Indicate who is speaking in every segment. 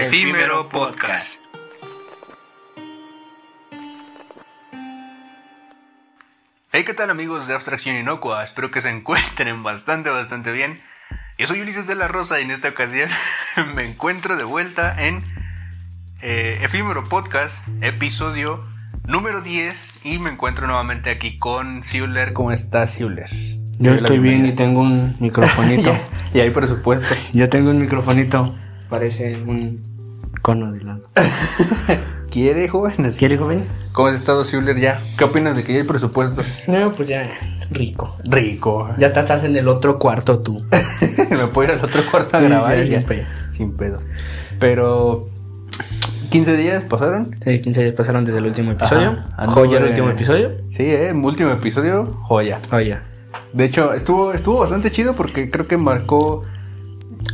Speaker 1: Efímero Podcast. Hey, ¿qué tal amigos de Abstracción Inocua? Espero que se encuentren bastante, bastante bien. Yo soy Ulises de la Rosa y en esta ocasión me encuentro de vuelta en eh, Efímero Podcast, episodio número 10 y me encuentro nuevamente aquí con Siuler. ¿Cómo estás, Siuler?
Speaker 2: Yo estoy bien y tengo un microfonito.
Speaker 1: y hay presupuesto.
Speaker 2: Yo tengo un microfonito. Parece un cono de lado.
Speaker 1: ¿Quiere, jóvenes?
Speaker 2: ¿Quiere, joven?
Speaker 1: ¿Cómo has estado, Siuler, ya? ¿Qué opinas de que ya hay presupuesto?
Speaker 2: No, pues ya, rico.
Speaker 1: Rico.
Speaker 2: Ya te estás en el otro cuarto tú.
Speaker 1: me puedo ir al otro cuarto a
Speaker 2: Sí,
Speaker 1: grabar.
Speaker 2: sí,
Speaker 1: y ya.
Speaker 2: sin pedo.
Speaker 1: Sin pedo. Pero... ¿15 días pasaron?
Speaker 2: Sí, 15 días pasaron desde el último episodio.
Speaker 1: Ajá. Anduve-
Speaker 2: Joya el último episodio.
Speaker 1: Sí, eh, último episodio, joya.
Speaker 2: Joya.
Speaker 1: De hecho, estuvo, estuvo bastante chido porque creo que marcó.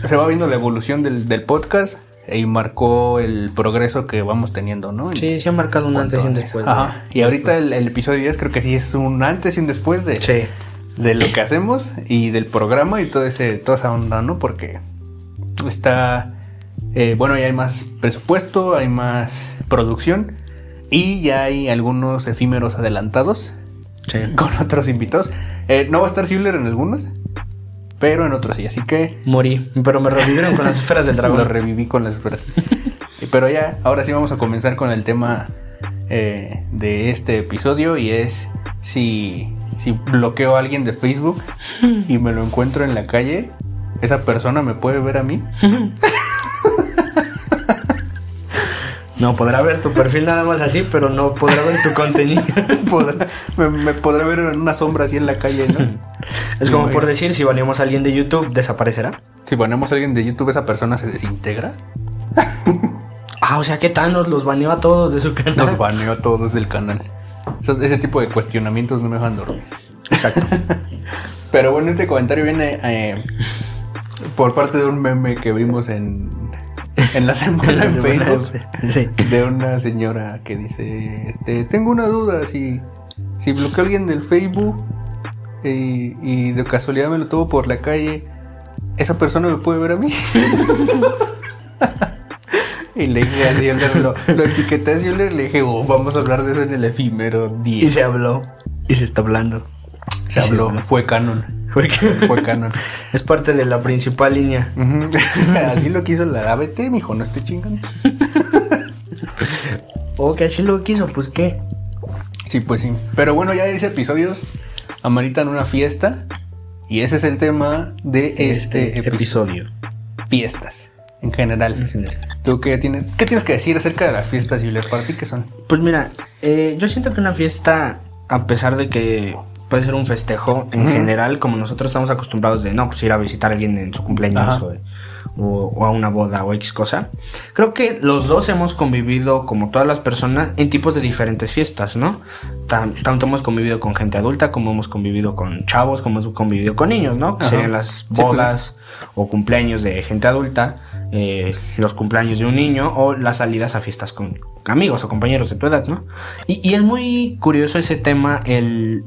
Speaker 1: Se va viendo la evolución del, del podcast e y marcó el progreso que vamos teniendo, ¿no?
Speaker 2: Sí, se ha marcado un antes y un después. ¿no?
Speaker 1: Ajá. Y ahorita el, el episodio 10 creo que sí es un antes y un después de,
Speaker 2: Sí.
Speaker 1: de lo que hacemos y del programa y todo ese, toda esa onda, ¿no? Porque está. eh, bueno, ya hay más presupuesto, hay más producción y ya hay algunos efímeros adelantados
Speaker 2: Sí.
Speaker 1: con otros invitados. Eh, no va a estar Sibler en algunos, pero en otros sí. Así que
Speaker 2: Morí, pero me revivieron con las esferas del
Speaker 1: lo
Speaker 2: dragón.
Speaker 1: reviví con las verdades. pero ya, ahora sí vamos a comenzar con el tema eh, de este episodio y es si, si bloqueo a alguien de Facebook y me lo encuentro en la calle, ¿esa persona me puede ver a mí?
Speaker 2: No podrá ver tu perfil nada más así, pero no podrá ver tu contenido.
Speaker 1: ¿Podrá- me, me podrá ver en una sombra así en la calle, ¿no?
Speaker 2: Es como por decir, si valemos a alguien de YouTube, desaparecerá.
Speaker 1: Si ponemos a alguien de YouTube, ¿esa persona se desintegra?
Speaker 2: Ah, o sea que Thanos los baneó a todos de su canal.
Speaker 1: Nos baneó a todos del canal. Esos- ese tipo de cuestionamientos no me dejan dormir.
Speaker 2: Exacto.
Speaker 1: Pero bueno, este comentario viene eh, por parte de un meme que vimos en, en la semana en Facebook.
Speaker 2: Sí.
Speaker 1: De una señora que dice, este, tengo una duda, si, si bloqueo a alguien del Facebook eh, y de casualidad me lo tomo por la calle, ¿esa persona me puede ver a mí? y le dije a Diolder, lo, lo etiqueté a Diolder, le dije, "Oh, vamos a hablar de eso en el efímero
Speaker 2: Y
Speaker 1: 10.
Speaker 2: se habló. Y se está hablando.
Speaker 1: Se habló, fue canon, fue canon.
Speaker 2: es parte de la principal línea.
Speaker 1: Ujú. Así lo quiso la ABT, mijo, no esté chingando.
Speaker 2: Oh, que así lo quiso, pues qué.
Speaker 1: Sí, pues sí. Pero bueno, ya 10 episodios ameritan una fiesta. Y ese es el tema de este, episodio. Fiestas, en general. ¿Tú qué tienes, qué tienes que decir acerca de las fiestas, Julia? ¿Para ti qué son?
Speaker 2: Pues mira, eh, yo siento que una fiesta, a pesar de que puede ser un festejo en
Speaker 1: Ujú.
Speaker 2: general, como nosotros estamos acostumbrados de no, pues ir a visitar a alguien en su cumpleaños
Speaker 1: Ajá.
Speaker 2: o, o- o a una boda o X cosa, creo que los dos hemos convivido, como todas las personas, en tipos de diferentes fiestas, ¿no? Tan- tanto hemos convivido con gente adulta, como hemos convivido con chavos, como hemos convivido con niños, ¿no? Que
Speaker 1: Ajá.
Speaker 2: serían las
Speaker 1: Sí, pues, claro.
Speaker 2: bodas, fiestas o cumpleaños de gente adulta, eh, los cumpleaños de un niño o las salidas a fiestas con amigos o compañeros de tu edad, ¿no? Y, y es muy curioso ese tema, el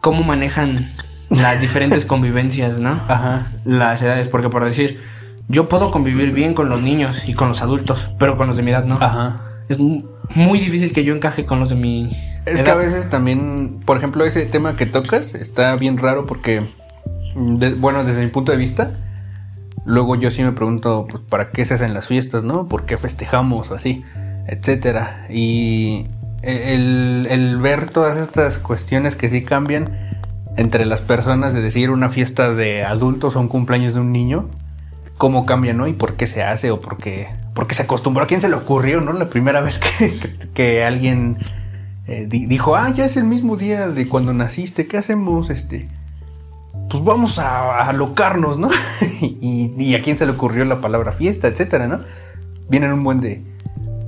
Speaker 2: cómo manejan las diferentes convivencias, ¿no?
Speaker 1: Ajá.
Speaker 2: Las edades, porque por decir, yo puedo convivir bien con los niños y con los adultos, pero con los de mi edad no.
Speaker 1: Ajá.
Speaker 2: Es mu- muy difícil que yo encaje con los de mi
Speaker 1: Es que
Speaker 2: edad.
Speaker 1: a veces también, por ejemplo, ese tema que tocas está bien raro porque, mm, de- bueno, desde mi punto de vista, luego yo sí me pregunto, pues, ¿para qué se hacen las fiestas, no? ¿Por qué festejamos así? Etcétera. Y el, el ver todas estas cuestiones que sí cambian entre las personas, de decir una fiesta de adultos o un cumpleaños de un niño, cómo cambia, ¿no? Y por qué se hace o por qué, por qué se acostumbró. ¿A quién se le ocurrió, no? La primera vez que, que- que alguien eh, di- dijo, ah, ya es el mismo día de cuando naciste, ¿qué hacemos? Este, pues vamos a, a alocarnos, ¿no? y, y a quién se le ocurrió la palabra fiesta, etcétera, ¿no? Vienen un buen de,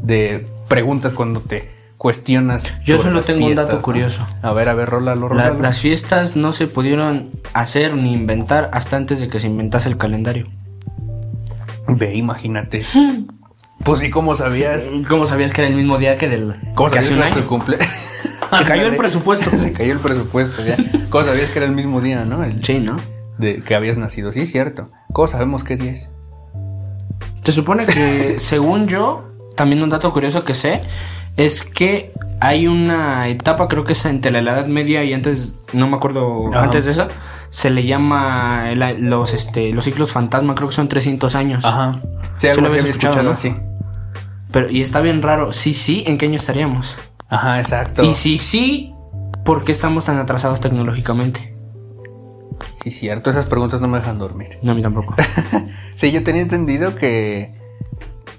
Speaker 1: de preguntas cuando te cuestionas.
Speaker 2: Yo
Speaker 1: sobre
Speaker 2: solo
Speaker 1: las
Speaker 2: tengo un dato
Speaker 1: ¿no?
Speaker 2: curioso.
Speaker 1: A ver, a ver, rólalo,
Speaker 2: La-
Speaker 1: rólalo.
Speaker 2: las fiestas no se pudieron hacer ni inventar hasta antes de que se inventase el calendario.
Speaker 1: Ve, imagínate. pues sí, ¿cómo sabías?
Speaker 2: ¿Cómo sabías que era el mismo día que del
Speaker 1: ¿Cómo
Speaker 2: que hace un
Speaker 1: sabías que
Speaker 2: año?
Speaker 1: tu cumple?
Speaker 2: Se cayó el presupuesto.
Speaker 1: Se cayó el presupuesto, ya. ¿Cómo sabías que era el mismo día, no? El
Speaker 2: Sí, ¿no?
Speaker 1: de que habías nacido. Sí, cierto. ¿Cómo sabemos qué día es?
Speaker 2: Se supone que, según yo, también un dato curioso que sé, es que hay una etapa, creo que es entre la Edad Media y antes, no me acuerdo,
Speaker 1: Ajá.
Speaker 2: antes de eso, se le llama la- los, este, los ciclos fantasma, creo que son 300 años.
Speaker 1: Ajá. Sí,
Speaker 2: Sí
Speaker 1: algo
Speaker 2: lo
Speaker 1: así
Speaker 2: habías
Speaker 1: había escuchado,
Speaker 2: escuchado,
Speaker 1: sí.
Speaker 2: Pero, y está bien raro, sí, sí, ¿en qué año estaríamos?
Speaker 1: Ajá, exacto.
Speaker 2: Y si sí, ¿por qué estamos tan atrasados tecnológicamente?
Speaker 1: Sí, cierto, esas preguntas no me dejan dormir.
Speaker 2: No, a mí tampoco.
Speaker 1: Sí, yo tenía entendido que,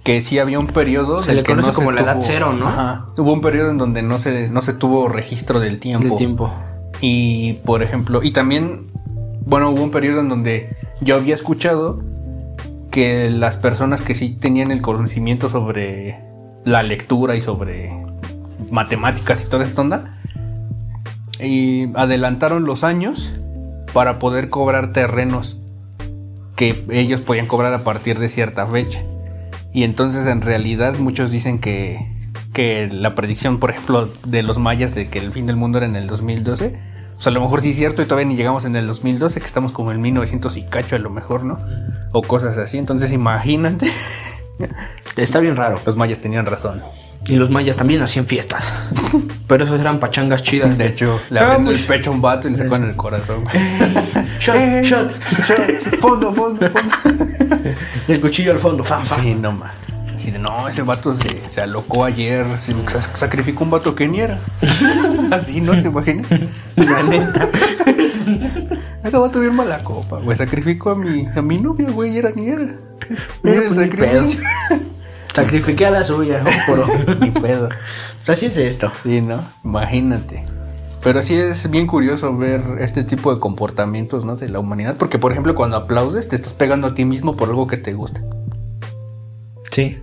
Speaker 1: que sí había un periodo.
Speaker 2: Se
Speaker 1: del
Speaker 2: le
Speaker 1: que
Speaker 2: conoce
Speaker 1: no se
Speaker 2: como la edad cero, ¿no?
Speaker 1: Ajá. Hubo un periodo en donde no se, no se tuvo registro del tiempo.
Speaker 2: El tiempo.
Speaker 1: Y, por ejemplo, y también, bueno, hubo un periodo en donde yo había escuchado que las personas que sí tenían el conocimiento sobre la lectura y sobre matemáticas y toda esta onda, y adelantaron los años para poder cobrar terrenos que ellos podían cobrar a partir de cierta fecha. Y entonces en realidad muchos dicen que, que la predicción, por ejemplo, de los mayas de que el fin del mundo era en el 2012, pues a lo mejor sí es cierto y todavía ni llegamos en el 2012, que estamos como en 1900 y cacho a lo mejor, ¿no? O cosas así. Entonces imagínate,
Speaker 2: Está bien raro.
Speaker 1: los mayas tenían razón.
Speaker 2: Y los mayas también hacían fiestas. Pero esos eran pachangas chidas.
Speaker 1: De hecho, le
Speaker 2: Ah,
Speaker 1: abren
Speaker 2: pues-
Speaker 1: el pecho a un vato y le sacan el corazón.
Speaker 2: Shot,
Speaker 1: Eh,
Speaker 2: shot.
Speaker 1: Pues, shot, fondo, fondo, fondo.
Speaker 2: Del cuchillo al fondo, fan, fan.
Speaker 1: Sí, no más. Así de, no, ese vato se, se alocó ayer, se, sa- sacrificó un vato que ni era. Así, ¿no? ¿Te imaginas? La neta. Ese vato bien mala copa, güey. Sacrificó a mi, a mi novia, güey, y era ni era. Mira el
Speaker 2: pues, ni
Speaker 1: sacrificio.
Speaker 2: Sacrifiqué a la suya, ¿no? Por...
Speaker 1: Ni pedo.
Speaker 2: Así es esto.
Speaker 1: Sí, ¿no? Imagínate. Pero sí es bien curioso ver este tipo de comportamientos, ¿no? De la humanidad. Porque, por ejemplo, cuando aplaudes, te estás pegando a ti mismo por algo que te gusta.
Speaker 2: Sí.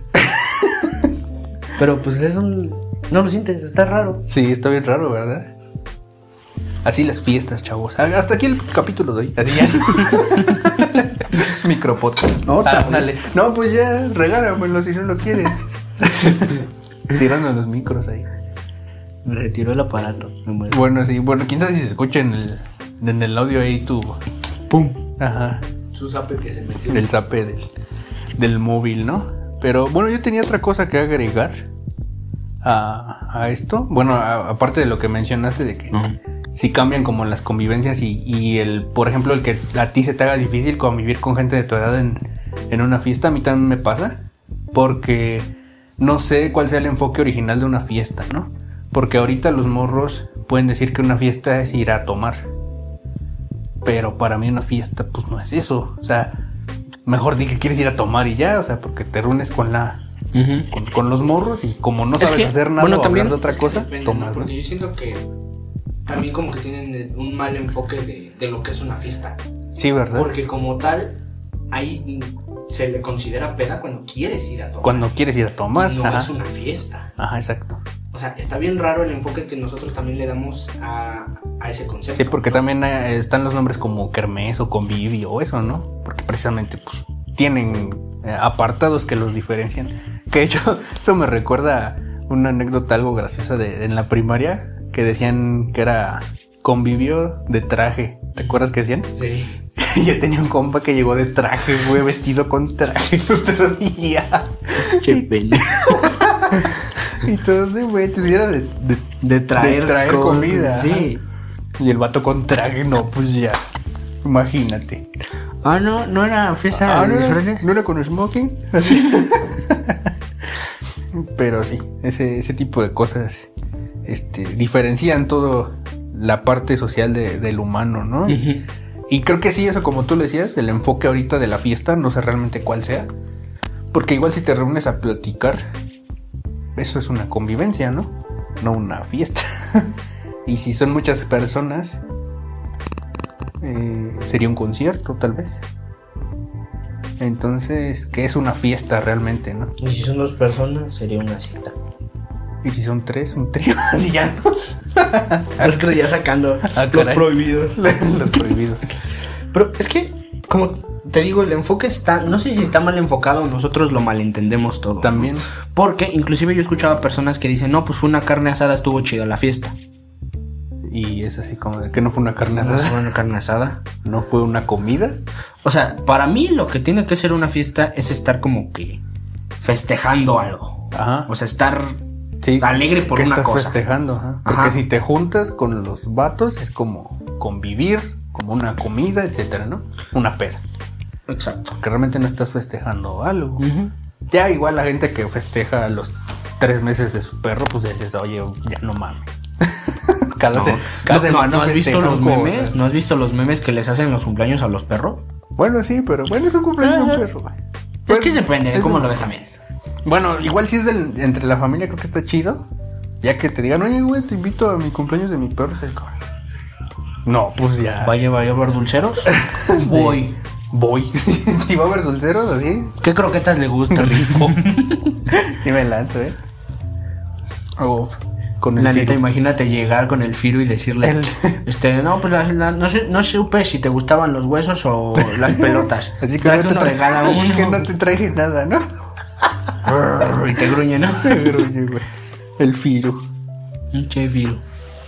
Speaker 2: Pero pues es un... No lo sientes, está raro.
Speaker 1: Sí, está bien raro, ¿verdad? Así las fiestas, chavos. Ah, Hasta aquí el capítulo de hoy. Así ya. Micropota.
Speaker 2: Otra vez.
Speaker 1: No, pues ya, regálamelo si no lo quieres. Tirando los micros ahí.
Speaker 2: Me retiró el aparato. Me muero.
Speaker 1: Bueno, sí, bueno, quién sabe si se escucha en el, en el audio ahí tu.
Speaker 2: Pum.
Speaker 1: Ajá.
Speaker 2: Su zape que se metió.
Speaker 1: Del zape del, del móvil, ¿no? Pero bueno, yo tenía otra cosa que agregar a, a esto. Bueno, a- aparte de lo que mencionaste de que si cambian como las convivencias y, y el, por ejemplo, el que a ti se te haga difícil convivir con gente de tu edad en, en una fiesta, a mí también me pasa, porque no sé cuál sea el enfoque original de una fiesta, ¿no? Porque ahorita los morros pueden decir que una fiesta es ir a tomar, pero para mí una fiesta pues no es eso, o sea, mejor di que quieres ir a tomar y ya, o sea, porque te reúnes con la... Con, con los morros y como no
Speaker 2: Es
Speaker 1: sabes
Speaker 2: que,
Speaker 1: hacer nada
Speaker 2: bueno,
Speaker 1: o
Speaker 2: también-
Speaker 1: hablar de otra cosa,
Speaker 3: Depende, ¿no?
Speaker 1: tomas, ¿no?
Speaker 3: Porque yo siento que también como que tienen un mal enfoque de, de lo que es una fiesta.
Speaker 1: Sí, ¿verdad?
Speaker 3: Porque como tal, ahí se le considera peda cuando quieres ir a tomar.
Speaker 1: Cuando quieres ir a tomar.
Speaker 3: no
Speaker 1: ajá.
Speaker 3: es una fiesta.
Speaker 1: Ajá, exacto.
Speaker 3: O sea, está bien raro el enfoque que nosotros también le damos a, a ese concepto.
Speaker 1: Sí, porque
Speaker 3: ¿no?
Speaker 1: también eh, están los nombres como kermés o convivio o eso, ¿no? Porque precisamente pues tienen eh, apartados que los diferencian. Que de hecho, eso me recuerda una anécdota algo graciosa de en la primaria que decían que era convivio de traje. ¿Te acuerdas que decían?
Speaker 3: Sí.
Speaker 1: Yo tenía un compa que llegó de traje, güey, vestido con traje el otro día.
Speaker 2: Che, pendejo.
Speaker 1: Y todos de güey, tuviera de, de
Speaker 2: De traer,
Speaker 1: De traer
Speaker 2: co-
Speaker 1: comida.
Speaker 2: Sí.
Speaker 1: Y el vato con traje, no, pues ya. Imagínate.
Speaker 2: Ah, no, no era fiesta.
Speaker 1: Ah, no, era,
Speaker 2: de disfraces?
Speaker 1: no era con smoking. Pero sí, ese, ese tipo de cosas este, diferencian todo la parte social de- del humano, ¿no? Y,
Speaker 2: Ujú.
Speaker 1: y creo que sí, eso como tú le decías, el enfoque ahorita de la fiesta, no sé realmente cuál sea. Porque igual si te reúnes a platicar, eso es una convivencia, ¿no? No una fiesta. y si son muchas personas, eh, sería un concierto tal vez. Entonces, que es una fiesta realmente, ¿no?
Speaker 2: Y si son dos personas, sería una cita.
Speaker 1: Y si son tres, un trío, así ya no.
Speaker 2: Es que ya sacando
Speaker 1: Ah,
Speaker 2: los
Speaker 1: caray.
Speaker 2: prohibidos.
Speaker 1: Los prohibidos.
Speaker 2: Pero es que, como te digo, el enfoque está. No sé si está mal enfocado o nosotros lo malentendemos todo.
Speaker 1: También.
Speaker 2: Porque inclusive yo escuchaba personas que dicen, no, pues fue una carne asada, estuvo chida la fiesta.
Speaker 1: Y es así como de que no fue una carne
Speaker 2: No
Speaker 1: asada,
Speaker 2: fue una carne asada.
Speaker 1: no fue una comida.
Speaker 2: O sea, para mí lo que tiene que ser una fiesta es estar como que festejando algo.
Speaker 1: Ajá.
Speaker 2: O sea, estar
Speaker 1: Sí.
Speaker 2: alegre por
Speaker 1: que
Speaker 2: una
Speaker 1: estás
Speaker 2: cosa.
Speaker 1: festejando, ajá. Porque
Speaker 2: Ajá.
Speaker 1: si te juntas con los vatos es como convivir, como una comida, etcétera, ¿no? Una peda.
Speaker 2: Exacto.
Speaker 1: Que realmente no estás festejando algo. Ya igual la gente que festeja los tres meses de su perro, pues dices, oye, ya no mames. cada se-
Speaker 2: No,
Speaker 1: cada
Speaker 2: no,
Speaker 1: semana
Speaker 2: no has visto
Speaker 1: festejan
Speaker 2: los
Speaker 1: cosas.
Speaker 2: memes? ¿No has visto los memes que les hacen los cumpleaños a los perros?
Speaker 1: Bueno, sí, pero bueno, es un cumpleaños de un perro, güey.
Speaker 2: Es
Speaker 1: Bueno,
Speaker 2: que depende de
Speaker 1: es
Speaker 2: cómo
Speaker 1: un-
Speaker 2: lo ves también.
Speaker 1: Bueno, igual si es del, entre la familia, creo que está chido. Ya que te digan, oye, güey, te invito a mi cumpleaños de mi perro. es como, No, pues ya.
Speaker 2: Vaya, vaya, ver dulceros.
Speaker 1: Sí.
Speaker 2: Voy.
Speaker 1: Voy. si va a haber dulceros así,
Speaker 2: ¿Qué croquetas le gusta, Rico?
Speaker 1: sí me lanzo, ¿eh? O con el
Speaker 2: La neta,
Speaker 1: Firo.
Speaker 2: imagínate llegar con el Firo y decirle:
Speaker 1: El-
Speaker 2: este, No, pues la- la- no, sé- no supe si te gustaban los huesos o las pelotas.
Speaker 1: Así que,
Speaker 2: Traje
Speaker 1: no te,
Speaker 2: uno de
Speaker 1: tra-
Speaker 2: cada
Speaker 1: así
Speaker 2: uno".
Speaker 1: que no te traje nada, ¿no?
Speaker 2: Y te gruñe, ¿no?
Speaker 1: Pero, oye, güey, el Firo.
Speaker 2: Pinche Firo.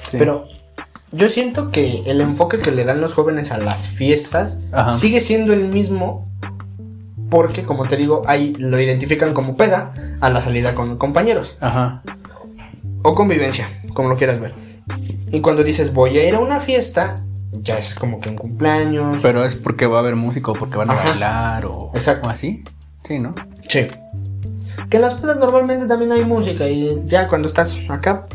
Speaker 1: Sí.
Speaker 3: Pero yo siento que el enfoque que le dan los jóvenes a las fiestas
Speaker 1: Ajá.
Speaker 3: sigue siendo el mismo porque, como te digo, ahí lo identifican como peda a la salida con compañeros
Speaker 1: Ajá.
Speaker 3: o convivencia, como lo quieras ver. Y cuando dices voy a ir a una fiesta, ya es como que un cumpleaños.
Speaker 1: Pero es porque va a haber música o porque van a
Speaker 3: Ajá.
Speaker 1: bailar o,
Speaker 3: Exacto.
Speaker 1: o así. Sí, ¿no?
Speaker 3: Sí. Que en las pedas normalmente también hay música y ya cuando estás acá...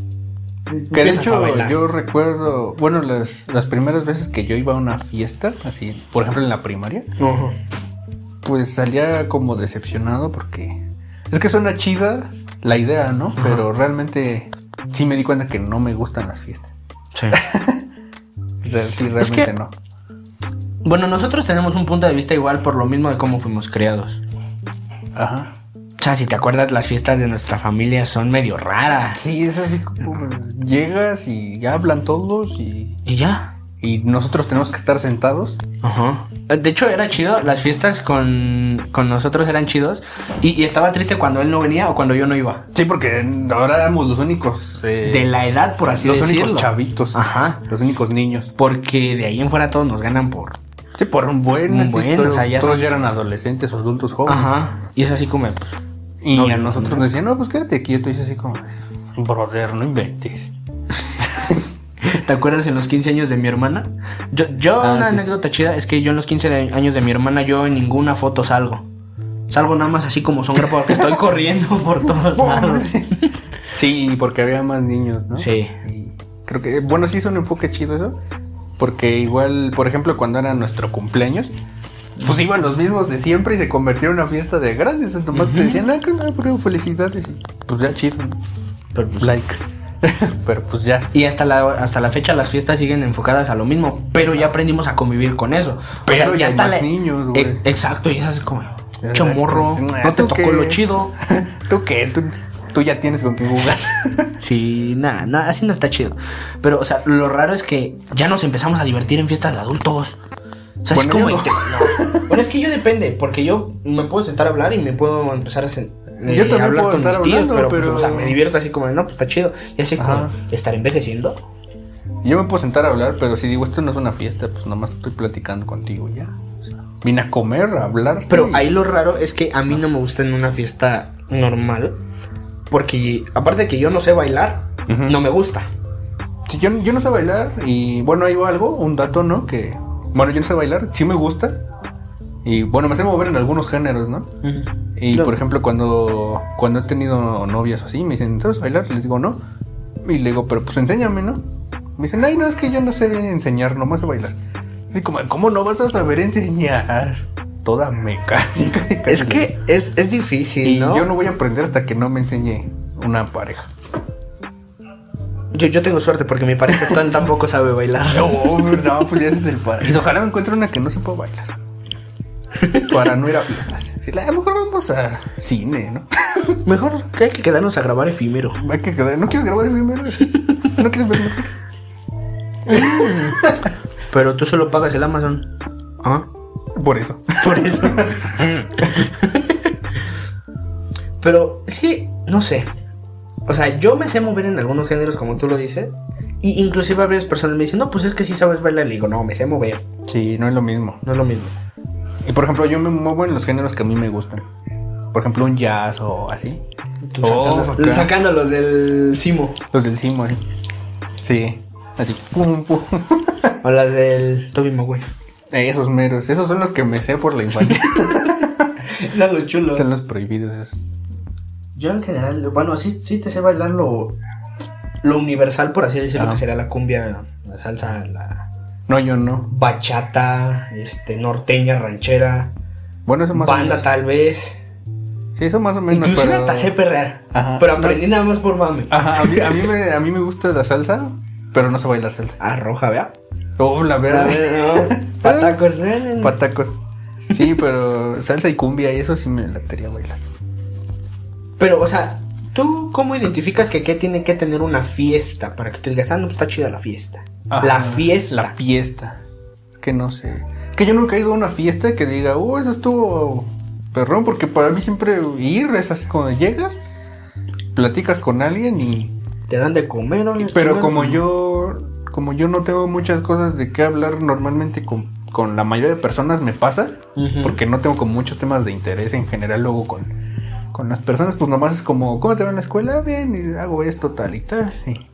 Speaker 1: Que de
Speaker 3: empiezas a
Speaker 1: hecho
Speaker 3: bailar.
Speaker 1: yo recuerdo, bueno, las, las primeras veces que yo iba a una fiesta, así, por ejemplo en la primaria,
Speaker 3: Ujú.
Speaker 1: pues salía como decepcionado porque es que suena chida la idea, ¿no? Pero realmente sí me di cuenta que no me gustan las fiestas.
Speaker 2: Sí.
Speaker 1: Re- Sí, realmente
Speaker 2: que-
Speaker 1: no.
Speaker 2: Bueno, nosotros tenemos un punto de vista igual por lo mismo de cómo fuimos criados.
Speaker 1: Ajá.
Speaker 2: O sea, si te acuerdas, las fiestas de nuestra familia son medio raras.
Speaker 1: Sí, es así como llegas y hablan todos y,
Speaker 2: Y ya.
Speaker 1: y nosotros tenemos que estar sentados.
Speaker 2: Ajá. De hecho, era chido. Las fiestas con, con nosotros eran chidos. Y, y estaba triste cuando él no venía o cuando yo no iba.
Speaker 1: Sí, porque ahora éramos los únicos... eh,
Speaker 2: De la edad, por así
Speaker 1: los
Speaker 2: decirlo.
Speaker 1: únicos chavitos.
Speaker 2: Ajá.
Speaker 1: Los únicos niños.
Speaker 2: Porque de ahí en fuera todos nos ganan por.
Speaker 1: Sí, por un buen.
Speaker 2: Un
Speaker 1: así,
Speaker 2: buen,
Speaker 1: todos,
Speaker 2: o sea, ya
Speaker 1: todos
Speaker 2: son-
Speaker 1: ya eran adolescentes o adultos jóvenes.
Speaker 2: Ajá. Y es así como. pues,
Speaker 1: Y
Speaker 2: No,
Speaker 1: a nosotros nos decían, no, pues quédate quieto. Y es así como, brother, no inventes.
Speaker 2: ¿Te acuerdas en los 15 años de mi hermana? Yo, yo
Speaker 1: Ah,
Speaker 2: una
Speaker 1: sí.
Speaker 2: anécdota chida es que yo en los 15 de- años de mi hermana, yo en ninguna foto salgo. Salgo nada más así como sombra porque estoy corriendo por todos lados.
Speaker 1: Sí, porque había más niños, ¿no?
Speaker 2: Sí.
Speaker 1: Y creo que, bueno, sí es un enfoque chido eso. Porque igual, por ejemplo, cuando era nuestro cumpleaños, pues iban los mismos de siempre y se convirtió en una fiesta de grandes. Nomás te decían, ah, que no, pero felicidades. Y, pues ya chido, ¿no?
Speaker 2: Pero, pues,
Speaker 1: like. pero pues ya.
Speaker 2: Y hasta la, hasta la fecha las fiestas siguen enfocadas a lo mismo, pero ya aprendimos a convivir con eso.
Speaker 1: Pero ya hay más niños, güey.
Speaker 2: e- exacto, y es así como,
Speaker 1: Exacto,
Speaker 2: chomorro,
Speaker 1: pues, nah,
Speaker 2: no te
Speaker 1: ¿tú
Speaker 2: tocó
Speaker 1: qué?
Speaker 2: lo chido.
Speaker 1: ¿Tú qué? ¿Tú, tú ya tienes con quién jugar.
Speaker 2: Sí, nada, nada, así no está chido. Pero, o sea, lo raro es que ya nos empezamos a divertir en fiestas de adultos. O sea, es
Speaker 1: Bueno,
Speaker 2: como...
Speaker 1: yo no.
Speaker 2: inte-
Speaker 3: Bueno, es que yo depende, porque yo me puedo sentar a hablar y me puedo empezar a sen- eh,
Speaker 1: Yo también
Speaker 3: hablar
Speaker 1: puedo
Speaker 3: con
Speaker 1: estar
Speaker 3: mis tíos,
Speaker 1: hablando,
Speaker 3: pero, pues,
Speaker 1: pero-
Speaker 3: o sea, me divierto así como, de, no, pues está chido. Y así
Speaker 1: Ajá.
Speaker 3: como, estar envejeciendo.
Speaker 1: Yo me puedo sentar a hablar, pero si digo esto no es una fiesta, pues nomás estoy platicando contigo ya. O sea, vine a comer, a hablar.
Speaker 3: Pero
Speaker 1: y-
Speaker 3: ahí lo raro es que a mí no me gusta en una fiesta normal, porque aparte de que yo no sé bailar,
Speaker 1: Ujú.
Speaker 3: no me gusta.
Speaker 1: Sí, yo, yo no sé bailar y bueno, hay algo, un dato, ¿no? Que bueno, yo no sé bailar, sí me gusta. Y bueno, me sé mover en algunos géneros, ¿no? Y
Speaker 2: Claro.
Speaker 1: por ejemplo, cuando, cuando he tenido novias o así, me dicen, ¿sabes bailar? Les digo, no. Y le digo, pero pues enséñame, ¿no? Me dicen, ay, no, es que yo no sé enseñar, nomás sé bailar. Así como, ¿cómo no vas a saber enseñar? Toda mecánica.
Speaker 3: Es que es, es difícil,
Speaker 1: Y
Speaker 3: ¿no?
Speaker 1: yo no voy a aprender hasta que no me enseñe una pareja.
Speaker 3: Yo, yo tengo suerte porque mi pareja tan- tampoco sabe bailar.
Speaker 1: No, no, pues ya ese es el paraíso. Ojalá me encuentre una que no sepa bailar. Para no ir a fiestas. Sí, la- a lo mejor vamos a cine, ¿no?
Speaker 3: Mejor que hay que quedarnos a grabar efímero.
Speaker 1: Hay que quedar- ¿No quieres grabar el primero? ¿No quieres ver mejor?
Speaker 2: Pero tú solo pagas el Amazon.
Speaker 1: Ah, por eso.
Speaker 2: Por eso.
Speaker 3: Pero es que, no sé. O sea, yo me sé mover en algunos géneros, como tú lo dices.
Speaker 2: Y inclusive a veces personas me dicen, no, pues es que sí sabes bailar. Le digo, no, me sé mover.
Speaker 1: Sí, no es lo mismo.
Speaker 2: No es lo mismo.
Speaker 1: Y por ejemplo, yo me muevo en los géneros que a mí me gustan. Por ejemplo, un jazz o así.
Speaker 2: Tú
Speaker 1: Oh,
Speaker 2: sacándolos-
Speaker 1: acá.
Speaker 2: sacándolos del Simo.
Speaker 1: Los del Simo, así. Sí. Así, pum, pum.
Speaker 2: O las del Toby Maguire.
Speaker 1: Esos meros. Esos son los que me sé por la infancia.
Speaker 2: Son los chulos.
Speaker 1: son los prohibidos. esos.
Speaker 2: Yo en general, bueno, sí, sí te sé bailar lo, lo universal, por así decirlo,
Speaker 1: Ah.
Speaker 2: que sería la cumbia, la salsa, la
Speaker 1: No, yo no.
Speaker 2: bachata, este, norteña, ranchera,
Speaker 1: Bueno, eso más o
Speaker 2: banda
Speaker 1: menos.
Speaker 2: tal vez.
Speaker 1: Sí, eso más o menos.
Speaker 2: Inclusive
Speaker 1: pero-
Speaker 2: hasta sé perrear.
Speaker 1: Ajá.
Speaker 2: Pero aprendí nada más por mami.
Speaker 1: Ajá, a mí, a, mí me, a mí me gusta la salsa, pero no sé bailar salsa.
Speaker 2: Ah, roja, vea.
Speaker 1: Oh, la
Speaker 2: La
Speaker 1: verdad.
Speaker 2: vez, ¿no? Patacos.
Speaker 1: Patacos. Sí, pero salsa y cumbia, y eso sí me latería bailar.
Speaker 2: Pero, o sea, ¿tú cómo identificas que qué tiene que tener una fiesta para que tú digas, ah, no, pues está chida la fiesta?
Speaker 1: Ajá,
Speaker 2: La fiesta.
Speaker 1: La fiesta. Es que no sé. Es que yo nunca he ido a una fiesta que diga, oh, eso estuvo perrón, porque para mí siempre ir es así como de llegas, platicas con alguien y.
Speaker 2: Te dan de comer, ¿no?
Speaker 1: Pero como yo. Como yo no tengo muchas cosas de qué hablar normalmente con, con la mayoría de personas me pasa.
Speaker 2: Ujú.
Speaker 1: Porque no tengo como muchos temas de interés en general luego con, con las personas, pues nomás es como, ¿cómo te va en la escuela? Bien, y hago esto, tal y tal. y,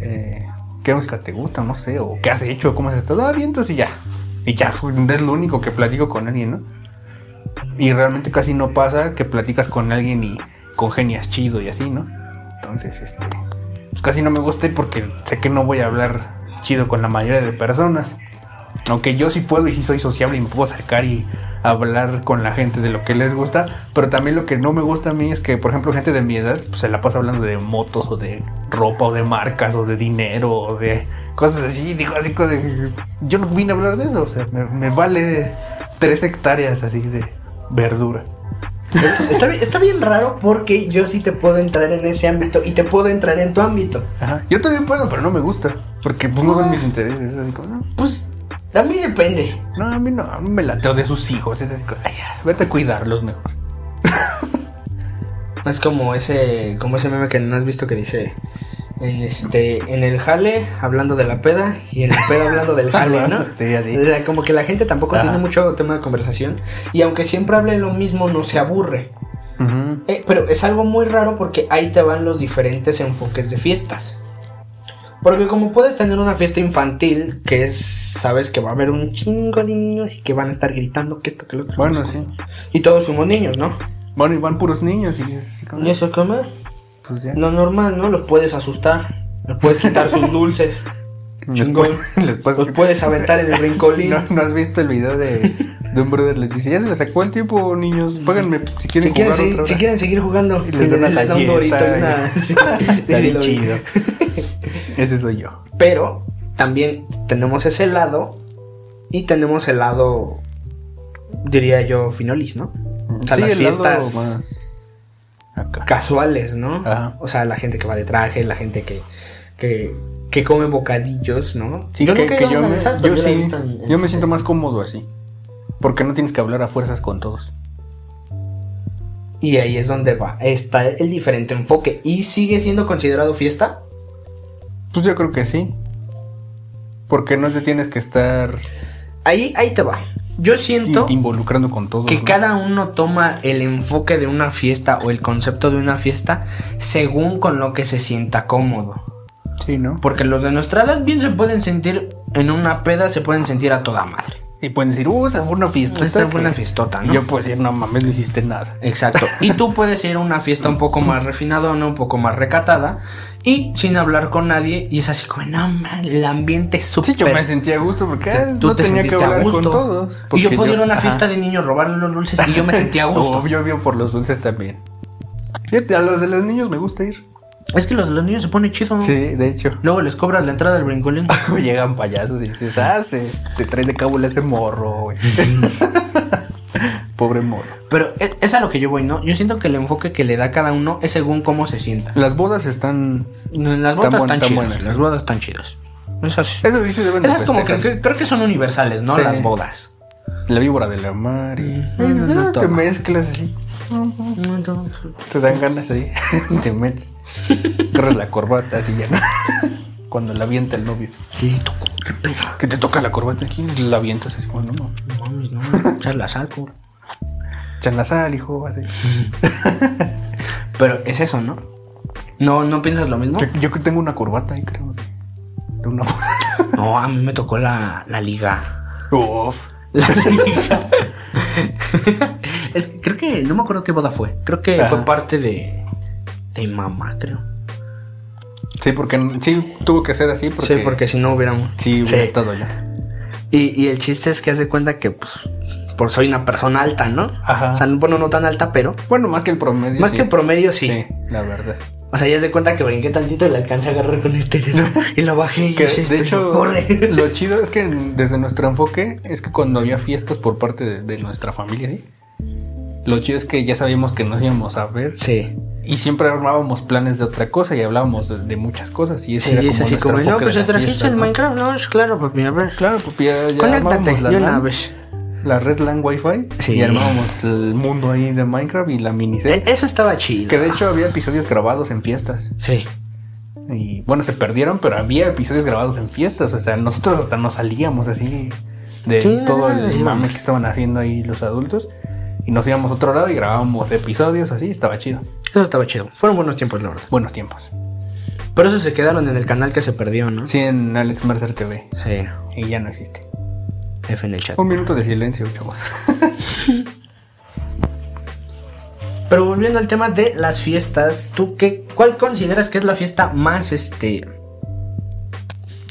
Speaker 1: eh, ¿Qué música te gusta? No sé, o ¿qué has hecho? ¿Cómo has estado? Ah, bien, entonces y ya. Y ya, es lo único que platico con alguien, ¿no? Y realmente casi no pasa que platicas con alguien y congenias chido y así, ¿no? Entonces, este, pues casi no me gusta ir porque sé que no voy a hablar chido con la mayoría de personas. Aunque yo sí puedo y sí soy sociable y me puedo acercar y hablar con la gente de lo que les gusta, pero también lo que no me gusta a mí es que, por ejemplo, gente de mi edad pues, se la pasa hablando de motos o de ropa o de marcas o de dinero o de cosas así. Digo, así como de, yo no vine a hablar de eso, o sea, me, me vale tres hectáreas así de verdura.
Speaker 2: Está, bi- está bien raro porque yo sí te puedo entrar en ese ámbito y te puedo entrar en tu ámbito.
Speaker 1: Ajá. Yo también puedo, pero no me gusta, porque pues, no son mis intereses. Es así como, no,
Speaker 2: Pues a mí depende.
Speaker 1: no, a mí no, a mí me lateo de sus hijos. Es así como, "Ay, ya, vete a cuidarlos mejor.
Speaker 2: Es como ese, como ese meme que no has visto que dice en este, en el jale hablando de la peda y en la peda hablando del jale, ¿no?
Speaker 1: Sí, así.
Speaker 2: O sea, Como que la gente tampoco
Speaker 1: Ajá.
Speaker 2: tiene mucho tema de conversación y aunque siempre hable lo mismo no se aburre.
Speaker 1: Ujú.
Speaker 2: Eh, pero es algo muy raro porque ahí te van los diferentes enfoques de fiestas. Porque como puedes tener una fiesta infantil, que es, sabes que va a haber un chingo de niños y que van a estar gritando que esto, que lo otro.
Speaker 1: Bueno, sí.
Speaker 2: Y todos somos niños, ¿no?
Speaker 1: Bueno, y van puros niños y dices así como,
Speaker 2: Y eso como
Speaker 1: pues ya.
Speaker 2: lo normal, ¿no? Los puedes asustar, los puedes quitar sus dulces,
Speaker 1: Les
Speaker 2: chingón.
Speaker 1: puedes- les puedes-
Speaker 2: los puedes aventar en el rincolín.
Speaker 1: pues ¿No, no has visto el video de, de un brother? Les dice, ya se les sacó el tiempo, niños. Páganme si quieren
Speaker 2: Si quieren,
Speaker 1: jugar
Speaker 2: seguir,
Speaker 1: otra
Speaker 2: si
Speaker 1: hora".
Speaker 2: quieren seguir jugando,
Speaker 1: Y les da una
Speaker 2: un dorito y
Speaker 1: galleta.
Speaker 2: una- sí,
Speaker 1: Está bien
Speaker 2: sí, lo-
Speaker 1: chido. Ese soy yo.
Speaker 2: Pero también tenemos ese lado y tenemos el lado, diría yo, finolis, ¿no? O sea,
Speaker 1: Sí,
Speaker 2: las
Speaker 1: el lado
Speaker 2: fiestas
Speaker 1: más acá.
Speaker 2: casuales, ¿no?
Speaker 1: Ajá.
Speaker 2: O sea, la gente que va de traje, la gente que, que, que come bocadillos, ¿no?
Speaker 1: Sí, que,
Speaker 2: nunca he
Speaker 1: que
Speaker 2: ido a
Speaker 1: yo,
Speaker 2: una
Speaker 1: me,
Speaker 2: de esas,
Speaker 1: yo
Speaker 2: pero la he
Speaker 1: sí,
Speaker 2: visto en- en-
Speaker 1: yo me siento más cómodo así. Porque no tienes que hablar a fuerzas con todos.
Speaker 2: Y ahí es donde va, está el diferente enfoque. ¿Y sigue siendo considerado fiesta?
Speaker 1: Pues yo creo que sí. Porque no te tienes que estar
Speaker 2: Ahí, ahí te va. Yo siento...
Speaker 1: in- involucrando con todos.
Speaker 2: que
Speaker 1: ¿no?
Speaker 2: cada uno toma el enfoque de una fiesta o el concepto de una fiesta según con lo que se sienta cómodo.
Speaker 1: Sí, ¿no?
Speaker 2: Porque los de nuestra edad bien se pueden sentir en una peda, se pueden sentir a toda madre.
Speaker 1: Y pueden decir, uh, esa fue una fiesta.
Speaker 2: Esta fue una fiestota,
Speaker 1: Y
Speaker 2: ¿no?
Speaker 1: yo puedo decir, no mames, no hiciste nada.
Speaker 2: Exacto. Y tú puedes ir a una fiesta un poco más refinadona, un poco más recatada y sin hablar con nadie y es así como, no, man, el ambiente es súper...
Speaker 1: Sí, yo me sentía a gusto porque
Speaker 2: o sea,
Speaker 1: ah,
Speaker 2: tú
Speaker 1: no
Speaker 2: te
Speaker 1: tenía que
Speaker 2: sentiste a
Speaker 1: hablar
Speaker 2: gusto.
Speaker 1: con todos.
Speaker 2: y
Speaker 1: porque
Speaker 2: yo puedo ir a una
Speaker 1: ajá.
Speaker 2: fiesta de niños, robarle los dulces y yo me sentía a gusto.
Speaker 1: O yo vivo por los dulces también. Fíjate, a los de los niños me gusta ir.
Speaker 2: Es que los de los niños se pone chido.
Speaker 1: Sí, de hecho.
Speaker 2: Luego les cobras la entrada del brincolín.
Speaker 1: Llegan payasos y dices, ah, se, se trae de cábula ese morro, güey. Pobre morro.
Speaker 2: Pero e- es a lo que yo voy, ¿no? Yo siento que el enfoque que le da cada uno es según cómo se sienta.
Speaker 1: Las bodas están.
Speaker 2: No, Las
Speaker 1: Tan
Speaker 2: bodas
Speaker 1: buen-
Speaker 2: están
Speaker 1: tan
Speaker 2: chidas.
Speaker 1: buenas.
Speaker 2: Las bodas están chidas. Esas,
Speaker 1: Eso sí se deben de
Speaker 2: esas como que,
Speaker 1: festejar.
Speaker 2: que- creo que son universales, ¿no?
Speaker 1: Sí.
Speaker 2: Las bodas.
Speaker 1: La víbora de la mar y.
Speaker 2: Mm, no, no, no,
Speaker 1: Ah, te
Speaker 2: toma.
Speaker 1: mezclas así. Te dan ganas ahí. te metes. Corres la corbata así ya no. cuando la avienta el novio.
Speaker 2: Sí, tú, qué pega.
Speaker 1: Que te toca la corbata aquí y la avientas así como, no, no.
Speaker 2: No mames, no mames, charla saco.
Speaker 1: Echan la sal, hijo. así.
Speaker 2: Pero es eso, ¿no? No, no piensas lo mismo.
Speaker 1: Yo- Yo que tengo una corbata ahí, creo. De, de una.
Speaker 2: No, a mí me tocó la, la liga.
Speaker 1: Uf.
Speaker 2: La liga. es, que creo que, no me acuerdo qué boda fue. Creo que
Speaker 1: Ajá.
Speaker 2: fue parte de, de mamá, creo.
Speaker 1: Sí, porque sí tuvo que ser así. Porque,
Speaker 3: Sí, porque si no hubiéramos.
Speaker 1: sí hubiera
Speaker 2: Sí.
Speaker 1: estado ya.
Speaker 2: Y, y el chiste es que hace cuenta que, pues, por soy una persona alta, ¿no?
Speaker 1: Ajá.
Speaker 2: O sea, no- bueno, no tan alta, pero.
Speaker 1: Bueno, más que el promedio.
Speaker 2: Más
Speaker 1: sí.
Speaker 2: que en promedio, sí.
Speaker 1: Sí, la verdad.
Speaker 2: O sea, ya se cuenta que brinqué tantito y la alcancé a agarrar con este dedo. y la bajé y
Speaker 1: Que,
Speaker 2: dije,
Speaker 1: de
Speaker 2: "Pero
Speaker 1: hecho,
Speaker 2: corre.
Speaker 1: lo chido es que desde nuestro enfoque es que cuando había fiestas por parte de, de nuestra familia, ¿sí? lo chido es que ya sabíamos que nos íbamos a ver
Speaker 2: Sí.
Speaker 1: y siempre armábamos planes de otra cosa y hablábamos de, de muchas cosas. Y ese
Speaker 2: Sí,
Speaker 1: era
Speaker 2: es
Speaker 1: como
Speaker 2: así
Speaker 1: nuestro
Speaker 2: como, no,
Speaker 1: enfoque de
Speaker 2: pues te
Speaker 1: las
Speaker 2: trajiste
Speaker 1: fiestas,
Speaker 2: el
Speaker 1: ¿no?
Speaker 2: Minecraft, no, es claro, papi, a ver.
Speaker 1: Claro, pues ya, ya
Speaker 2: Conéctate
Speaker 1: armábamos la,
Speaker 2: de una
Speaker 1: LAN,
Speaker 2: vez.
Speaker 1: la red LAN Wi-Fi
Speaker 2: Sí.
Speaker 1: y armábamos el mundo ahí de Minecraft y la
Speaker 2: E-
Speaker 1: miniserie.
Speaker 2: Eso estaba chido.
Speaker 1: que de hecho había episodios grabados en fiestas.
Speaker 2: Sí.
Speaker 1: Y bueno, se perdieron, pero había episodios grabados en fiestas. O sea, nosotros hasta nos salíamos así de
Speaker 2: Sí,
Speaker 1: todo
Speaker 2: no,
Speaker 1: el
Speaker 2: sí,
Speaker 1: mame
Speaker 2: vamos.
Speaker 1: que estaban haciendo ahí los adultos. Y nos íbamos a otro lado y grabábamos episodios así. Estaba chido.
Speaker 2: Eso estaba chido. Fueron buenos tiempos, la verdad.
Speaker 1: Buenos tiempos.
Speaker 2: Por eso se quedaron en el canal que se perdió, ¿no?
Speaker 1: Sí, en Alex Mercer TV.
Speaker 2: Sí.
Speaker 1: Y ya no existe.
Speaker 2: F en el chat.
Speaker 1: Un minuto de silencio, chavos.
Speaker 2: Pero volviendo al tema de las fiestas, ¿tú qué, cuál consideras que es la fiesta más, este,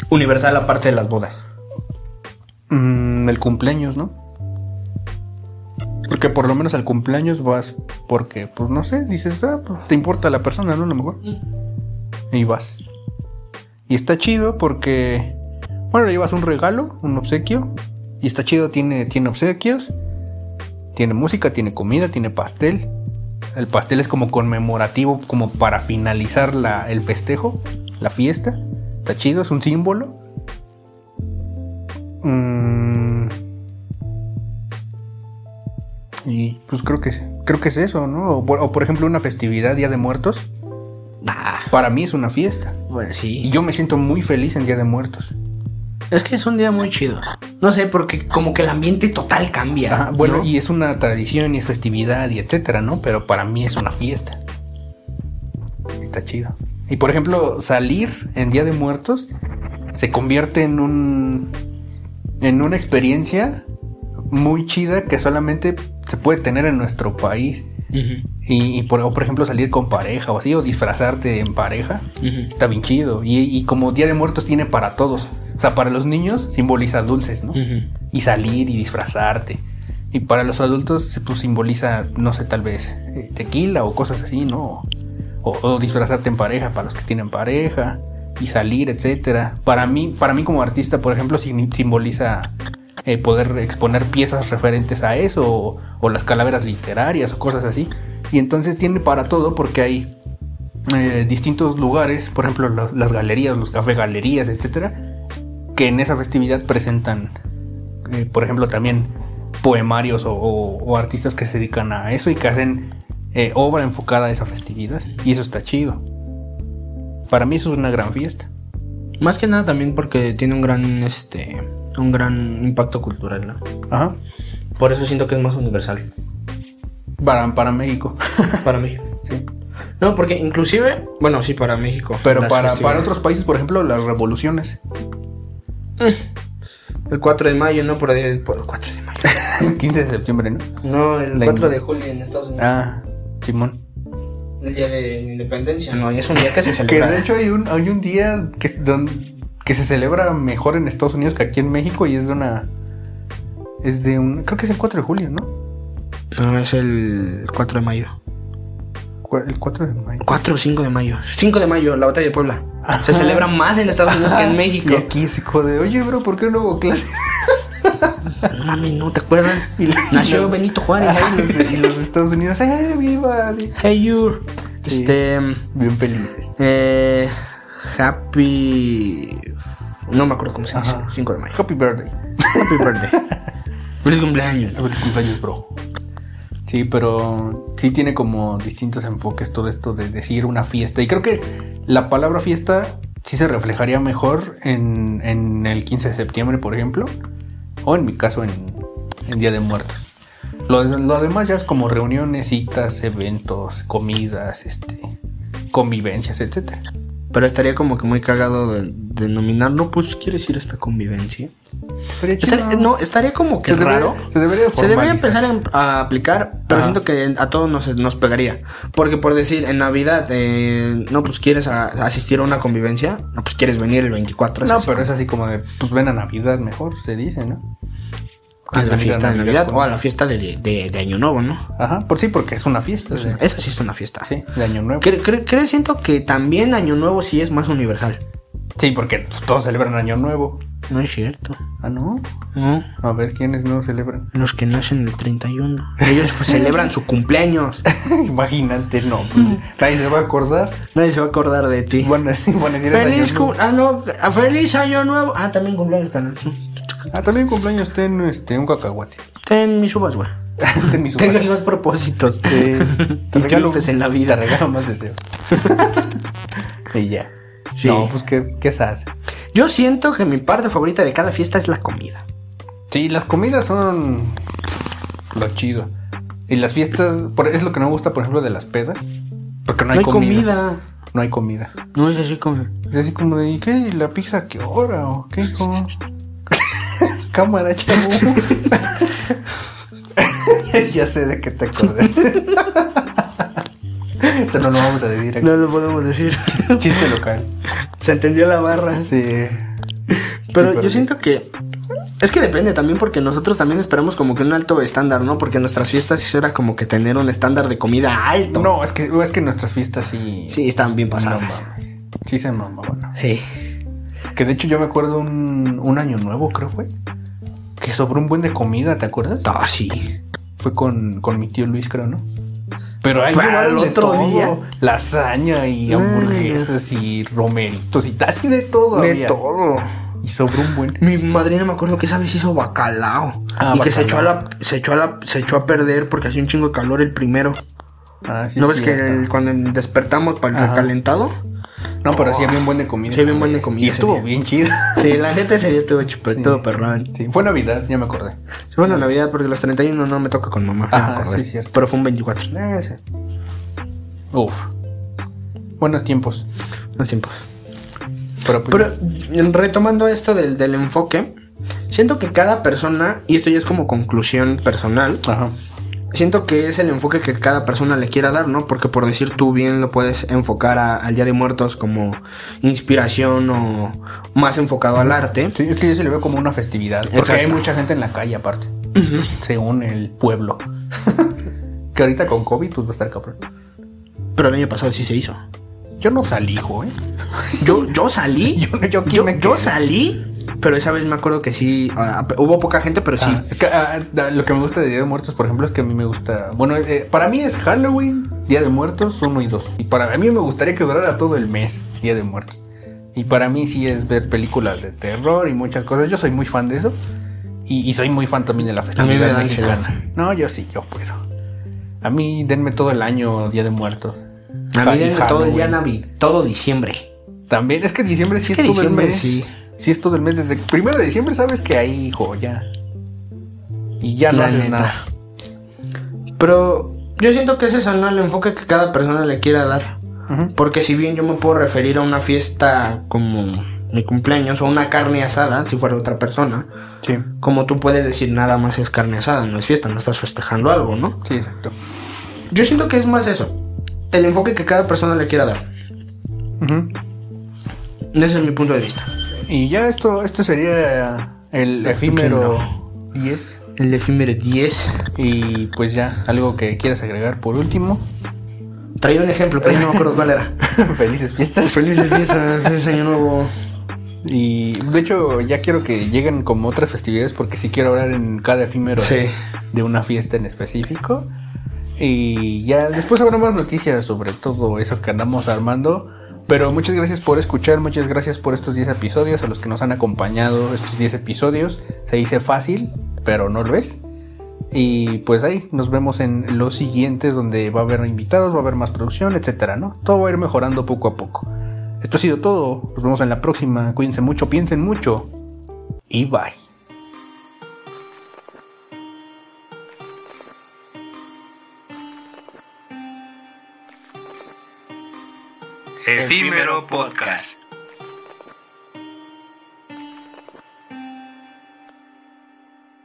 Speaker 2: universal aparte de las bodas?
Speaker 1: Mm, el cumpleaños, ¿no? Porque por lo menos al cumpleaños vas porque, pues no sé, dices, ah, pues, te importa la persona, ¿no? A lo mejor. Y vas. Y está chido porque, bueno, le llevas un regalo, un obsequio. Y está chido, tiene, tiene obsequios, tiene música, tiene comida, tiene pastel. El pastel es como conmemorativo, como para finalizar la- el festejo, la fiesta. Está chido, es un símbolo. Mm. Y pues creo que creo que es eso, ¿no? O por, o por ejemplo una festividad, Día de Muertos,
Speaker 2: Ah,
Speaker 1: para mí es una fiesta.
Speaker 2: bueno,
Speaker 1: Y
Speaker 2: sí.
Speaker 1: yo me siento muy feliz en Día de Muertos.
Speaker 2: Es que es un día muy chido. No sé, porque como que el ambiente total cambia.
Speaker 1: Ajá, Ah, bueno,
Speaker 2: ¿no?
Speaker 1: y es una tradición y es festividad y etcétera, ¿no? Pero para mí es una fiesta. Está chido. Y por ejemplo, salir en Día de Muertos se convierte en un en una experiencia muy chida que solamente se puede tener en nuestro país.
Speaker 2: Ujú,
Speaker 1: Y, y por, o por ejemplo salir con pareja o así, o disfrazarte en pareja,
Speaker 2: ujú,
Speaker 1: está bien chido. Y, y como Día de Muertos tiene para todos. O sea, para los niños simboliza dulces, ¿no?
Speaker 2: ujú.
Speaker 1: y salir y disfrazarte. Y para los adultos, pues simboliza, no sé, tal vez eh, tequila o cosas así, ¿no? O, o disfrazarte en pareja para los que tienen pareja y salir, etcétera. Para mí, para mí como artista, por ejemplo, sim- simboliza eh, poder exponer piezas referentes a eso o, o las calaveras literarias o cosas así. Y entonces tiene para todo porque hay eh, distintos lugares, por ejemplo, la- las galerías, los café galerías, etcétera, que en esa festividad presentan, eh, por ejemplo, también poemarios o, o- o artistas que se dedican a eso y que hacen eh, obra enfocada a esa festividad. Y eso está chido. Para mí eso es una gran fiesta.
Speaker 2: Más que nada también porque tiene un gran, este, un gran impacto cultural, ¿no?
Speaker 1: Ajá.
Speaker 2: Por eso siento que es más universal
Speaker 1: Para, para México.
Speaker 2: para México.
Speaker 1: Sí.
Speaker 2: No, porque inclusive, bueno, sí, para México.
Speaker 1: Pero
Speaker 2: Las
Speaker 1: para, para
Speaker 2: festividades.
Speaker 1: otros países, por ejemplo, las revoluciones.
Speaker 2: El 4 de mayo, no por ahí, el, por el 4 de mayo.
Speaker 1: El 15 de septiembre, ¿no?
Speaker 2: No, el
Speaker 1: La
Speaker 2: 4
Speaker 1: in-
Speaker 2: de julio en Estados Unidos.
Speaker 1: Ah, Simón.
Speaker 2: El día de la independencia. No, y es un día que se
Speaker 1: Que
Speaker 2: celebra.
Speaker 1: de hecho hay un, hay un día que, es don- que se celebra mejor en Estados Unidos que aquí en México y es de una... Es de un... Creo que es el 4 de julio, ¿no?
Speaker 2: No, es el 4 de mayo.
Speaker 1: Cu- El 4 de mayo.
Speaker 2: 4 o 5 de mayo. 5 de mayo, la batalla de Puebla.
Speaker 1: Ajá.
Speaker 2: Se celebra más en Estados Unidos que en México.
Speaker 1: Ah, Y aquí es como de, oye, bro, ¿por qué no hubo clases?
Speaker 2: No mames, ¿no te acuerdas?
Speaker 1: Y la-
Speaker 2: Nació
Speaker 1: los-
Speaker 2: Benito Juárez.
Speaker 1: Ajá, y los de- y los de Estados Unidos, ¡eh, viva! así.
Speaker 2: Hey, you.
Speaker 1: Sí.
Speaker 2: Este.
Speaker 1: Bien felices.
Speaker 2: Eh, happy. No me acuerdo cómo se dice.
Speaker 1: Ajá.
Speaker 2: 5 de mayo.
Speaker 1: Happy birthday.
Speaker 2: Happy birthday. Feliz cumpleaños.
Speaker 1: Feliz cumpleaños, bro. Sí, pero sí tiene como distintos enfoques todo esto de decir una fiesta. Y creo que la palabra fiesta sí se reflejaría mejor en, en el 15 de septiembre, por ejemplo, o en mi caso en, en Día de Muertos. Lo, lo demás ya es como reuniones, citas, eventos, comidas, este, convivencias, etcétera.
Speaker 2: Pero estaría como que muy cagado de, de nominar, no, pues quieres ir a esta convivencia.
Speaker 1: Estaría
Speaker 2: Estaría-
Speaker 1: chido.
Speaker 2: no, estaría como que
Speaker 1: se debería,
Speaker 2: raro.
Speaker 1: se debería
Speaker 2: Se debería
Speaker 1: formalizar.
Speaker 2: empezar en- a aplicar, pero
Speaker 1: Ajá.
Speaker 2: siento que a todos nos, nos pegaría. Porque por decir, en Navidad, eh, no, pues quieres a- asistir a una convivencia, no, pues quieres venir el 24.
Speaker 1: No,
Speaker 2: así
Speaker 1: pero es
Speaker 2: como-
Speaker 1: así como de, pues ven a Navidad mejor, se dice, ¿no?
Speaker 2: a la
Speaker 1: venir
Speaker 2: fiesta de Navidad
Speaker 1: con-
Speaker 2: o a la fiesta de, de- de Año Nuevo, ¿no?
Speaker 1: Ajá, por sí, porque es una fiesta. de-
Speaker 2: Esa sí es una fiesta.
Speaker 1: sí, de Año Nuevo.
Speaker 2: Cre- cre- cre- siento que también Año Nuevo sí es más universal.
Speaker 1: Sí, porque pues, todos celebran Año Nuevo.
Speaker 2: No es cierto.
Speaker 1: Ah, no.
Speaker 2: No,
Speaker 1: A ver quiénes no celebran.
Speaker 2: los que nacen el 31. Ellos pues, celebran su cumpleaños.
Speaker 1: Imagínate, no. pues, nadie se va a acordar.
Speaker 2: Nadie se va a acordar de ti.
Speaker 1: Van a decir, van a decir, es
Speaker 2: Feliz,
Speaker 1: Año Nuevo.
Speaker 2: cu- ah, no, ah, feliz año nuevo. Ah, también cumpleaños, canal.
Speaker 1: Ah, también cumpleaños ten este, un cacahuate.
Speaker 2: Ten mis uvas, güey.
Speaker 1: Ten mi
Speaker 2: Tengo
Speaker 1: suerte.
Speaker 2: los propósitos.
Speaker 1: Te- te
Speaker 2: y
Speaker 1: regalo-
Speaker 2: triunfes en la
Speaker 1: Te
Speaker 2: vida.
Speaker 1: regalo más deseos. y ya.
Speaker 2: Sí.
Speaker 1: No, pues qué, qué sad.
Speaker 2: Yo siento que mi parte favorita de cada fiesta es la comida.
Speaker 1: Sí, las comidas son lo chido. Y las fiestas, por- es lo que no me gusta, por ejemplo, de las pedas. Porque no hay, comida. No hay comida.
Speaker 2: No es así como.
Speaker 1: Es Pues así como de, ¿y qué? ¿Y ¿La pizza a qué hora? ¿O qué? ¿Cómo? Cámara, chavo. ya sé de qué te acordaste. Eso no lo vamos a decir aquí.
Speaker 2: No lo podemos decir.
Speaker 1: Chiste local.
Speaker 2: Se entendió la barra.
Speaker 1: Sí.
Speaker 2: Pero
Speaker 1: Sí,
Speaker 2: yo siento que. Es que depende también porque nosotros también esperamos como que un alto estándar, ¿no? Porque en nuestras fiestas sí era como que tener un estándar de comida alto.
Speaker 1: No, es que, es que nuestras fiestas sí.
Speaker 2: Sí, estaban bien
Speaker 1: no
Speaker 2: pasadas.
Speaker 1: mames. Sí se mamaban.
Speaker 2: Sí.
Speaker 1: Que de hecho yo me acuerdo un, un año nuevo, creo fue. Que sobró un buen de comida, ¿te acuerdas?
Speaker 2: Ah, sí.
Speaker 1: Fue con, con mi tío Luis, creo, ¿no? Pero ahí
Speaker 2: Para
Speaker 1: llevaron
Speaker 2: el
Speaker 1: de
Speaker 2: otro
Speaker 1: todo, Mm.
Speaker 2: día.
Speaker 1: Lasaña y
Speaker 2: No,
Speaker 1: hamburguesas y romeritos y así de todo.
Speaker 2: De
Speaker 1: había.
Speaker 2: todo.
Speaker 1: Y sobró un buen.
Speaker 2: Mi madrina me acuerdo que esa vez hizo bacalao.
Speaker 1: Ah,
Speaker 2: y que se echó, a
Speaker 1: bacalao.
Speaker 2: la, se, echó a la, se echó a perder porque hacía un chingo de calor el primero.
Speaker 1: Ah, sí,
Speaker 2: ¿No
Speaker 1: es
Speaker 2: ves que
Speaker 1: cierto.
Speaker 2: el- cuando despertamos para el
Speaker 1: Ajá.
Speaker 2: calentado?
Speaker 1: No, pero sí había un buen de comida.
Speaker 2: Sí había un buen de comida
Speaker 1: Y
Speaker 2: ese
Speaker 1: estuvo
Speaker 2: día.
Speaker 1: bien chido.
Speaker 2: Sí, la neta sería estuvo chupa,
Speaker 1: Sí.
Speaker 2: estuvo perrón.
Speaker 1: Sí, fue Navidad, ya me acordé.
Speaker 2: Bueno, Navidad porque los 31 no me toca con mamá. ya me
Speaker 1: Ajá,
Speaker 2: acordé.
Speaker 1: sí, cierto. Ah,
Speaker 2: Pero fue un 24. Eh, ese,
Speaker 1: Uf. Buenos tiempos.
Speaker 2: no tiempo.
Speaker 1: Pero, pues,
Speaker 2: Pero mm, retomando esto del, del enfoque, siento que cada persona, y esto ya es como conclusión personal,
Speaker 1: Ajá.
Speaker 2: Siento que es el enfoque que cada persona le quiera dar, ¿no? Porque por decir tú bien lo puedes enfocar a- al Día de Muertos como inspiración o más enfocado al arte.
Speaker 1: Sí, es que yo se le veo como una festividad. Porque
Speaker 2: Exacto.
Speaker 1: hay mucha gente en la calle aparte. Se une el pueblo. que ahorita con COVID pues va a estar cabrón.
Speaker 2: Pero el año pasado sí se hizo.
Speaker 1: Yo no salí, ¿eh? güey.
Speaker 2: Yo, yo salí.
Speaker 1: Yo- yo aquí me
Speaker 2: yo
Speaker 1: quedé.
Speaker 2: salí. Pero esa vez me acuerdo que sí, ah, hubo poca gente, pero sí.
Speaker 1: Ah, es que ah, ah, lo que me gusta de Día de Muertos, por ejemplo, es que a mí me gusta... Bueno, eh, para mí es Halloween, Día de Muertos 1 y 2. Y para mí me gustaría que durara todo el mes Día de Muertos. Y para mí sí es ver películas de terror y muchas cosas. Yo soy muy fan de eso. Y, y soy muy fan también de la
Speaker 2: me
Speaker 1: festividad
Speaker 2: da ansiedad.
Speaker 1: mexicana. No, yo sí, yo puedo. A mí denme todo el año Día de Muertos.
Speaker 2: a mí
Speaker 1: Ja- y
Speaker 2: denme todo el día
Speaker 1: Halloween.
Speaker 2: Navi- todo diciembre.
Speaker 1: También, es que diciembre sí
Speaker 2: Es
Speaker 1: es,
Speaker 2: que
Speaker 1: todo
Speaker 2: diciembre
Speaker 1: el mes.
Speaker 2: sí.
Speaker 1: Sí es todo el mes. Desde el primero de diciembre sabes que hay joya. Y ya no
Speaker 2: La
Speaker 1: haces
Speaker 2: neta.
Speaker 1: nada.
Speaker 2: Pero yo siento que ese es ¿no? el enfoque que cada persona le quiera dar.
Speaker 1: Ujú.
Speaker 2: Porque si bien yo me puedo referir a una fiesta como mi cumpleaños o una carne asada, si fuera otra persona,
Speaker 1: Sí,
Speaker 2: como tú puedes decir nada más es carne asada, no es fiesta, no estás festejando algo, ¿no?
Speaker 1: sí, exacto.
Speaker 2: Yo siento que es más eso, el enfoque que cada persona le quiera dar.
Speaker 1: Ujú.
Speaker 2: Ese es mi punto de vista.
Speaker 1: Y ya esto, esto sería el efímero 10.
Speaker 2: El efímero 10.
Speaker 1: Y pues ya, algo que quieras agregar por último.
Speaker 2: Traía un ejemplo, pero ya no me acuerdo cuál era.
Speaker 1: Felices fiestas.
Speaker 2: Feliz fiesta, feliz año nuevo.
Speaker 1: Y de hecho ya quiero que lleguen como otras festividades porque sí quiero hablar en cada efímero
Speaker 2: Sí.
Speaker 1: de, de una fiesta en específico. Y ya después habrá más noticias sobre todo eso que andamos armando. Pero muchas gracias por escuchar, muchas gracias por estos 10 episodios, a los que nos han acompañado estos 10 episodios. Se dice fácil, pero no lo es. Y pues ahí nos vemos en los siguientes donde va a haber invitados, va a haber más producción, etcétera, ¿no? Todo va a ir mejorando poco a poco. Esto ha sido todo. Nos vemos en la próxima. Cuídense mucho, piensen mucho. Y bye.
Speaker 4: Efímero Podcast.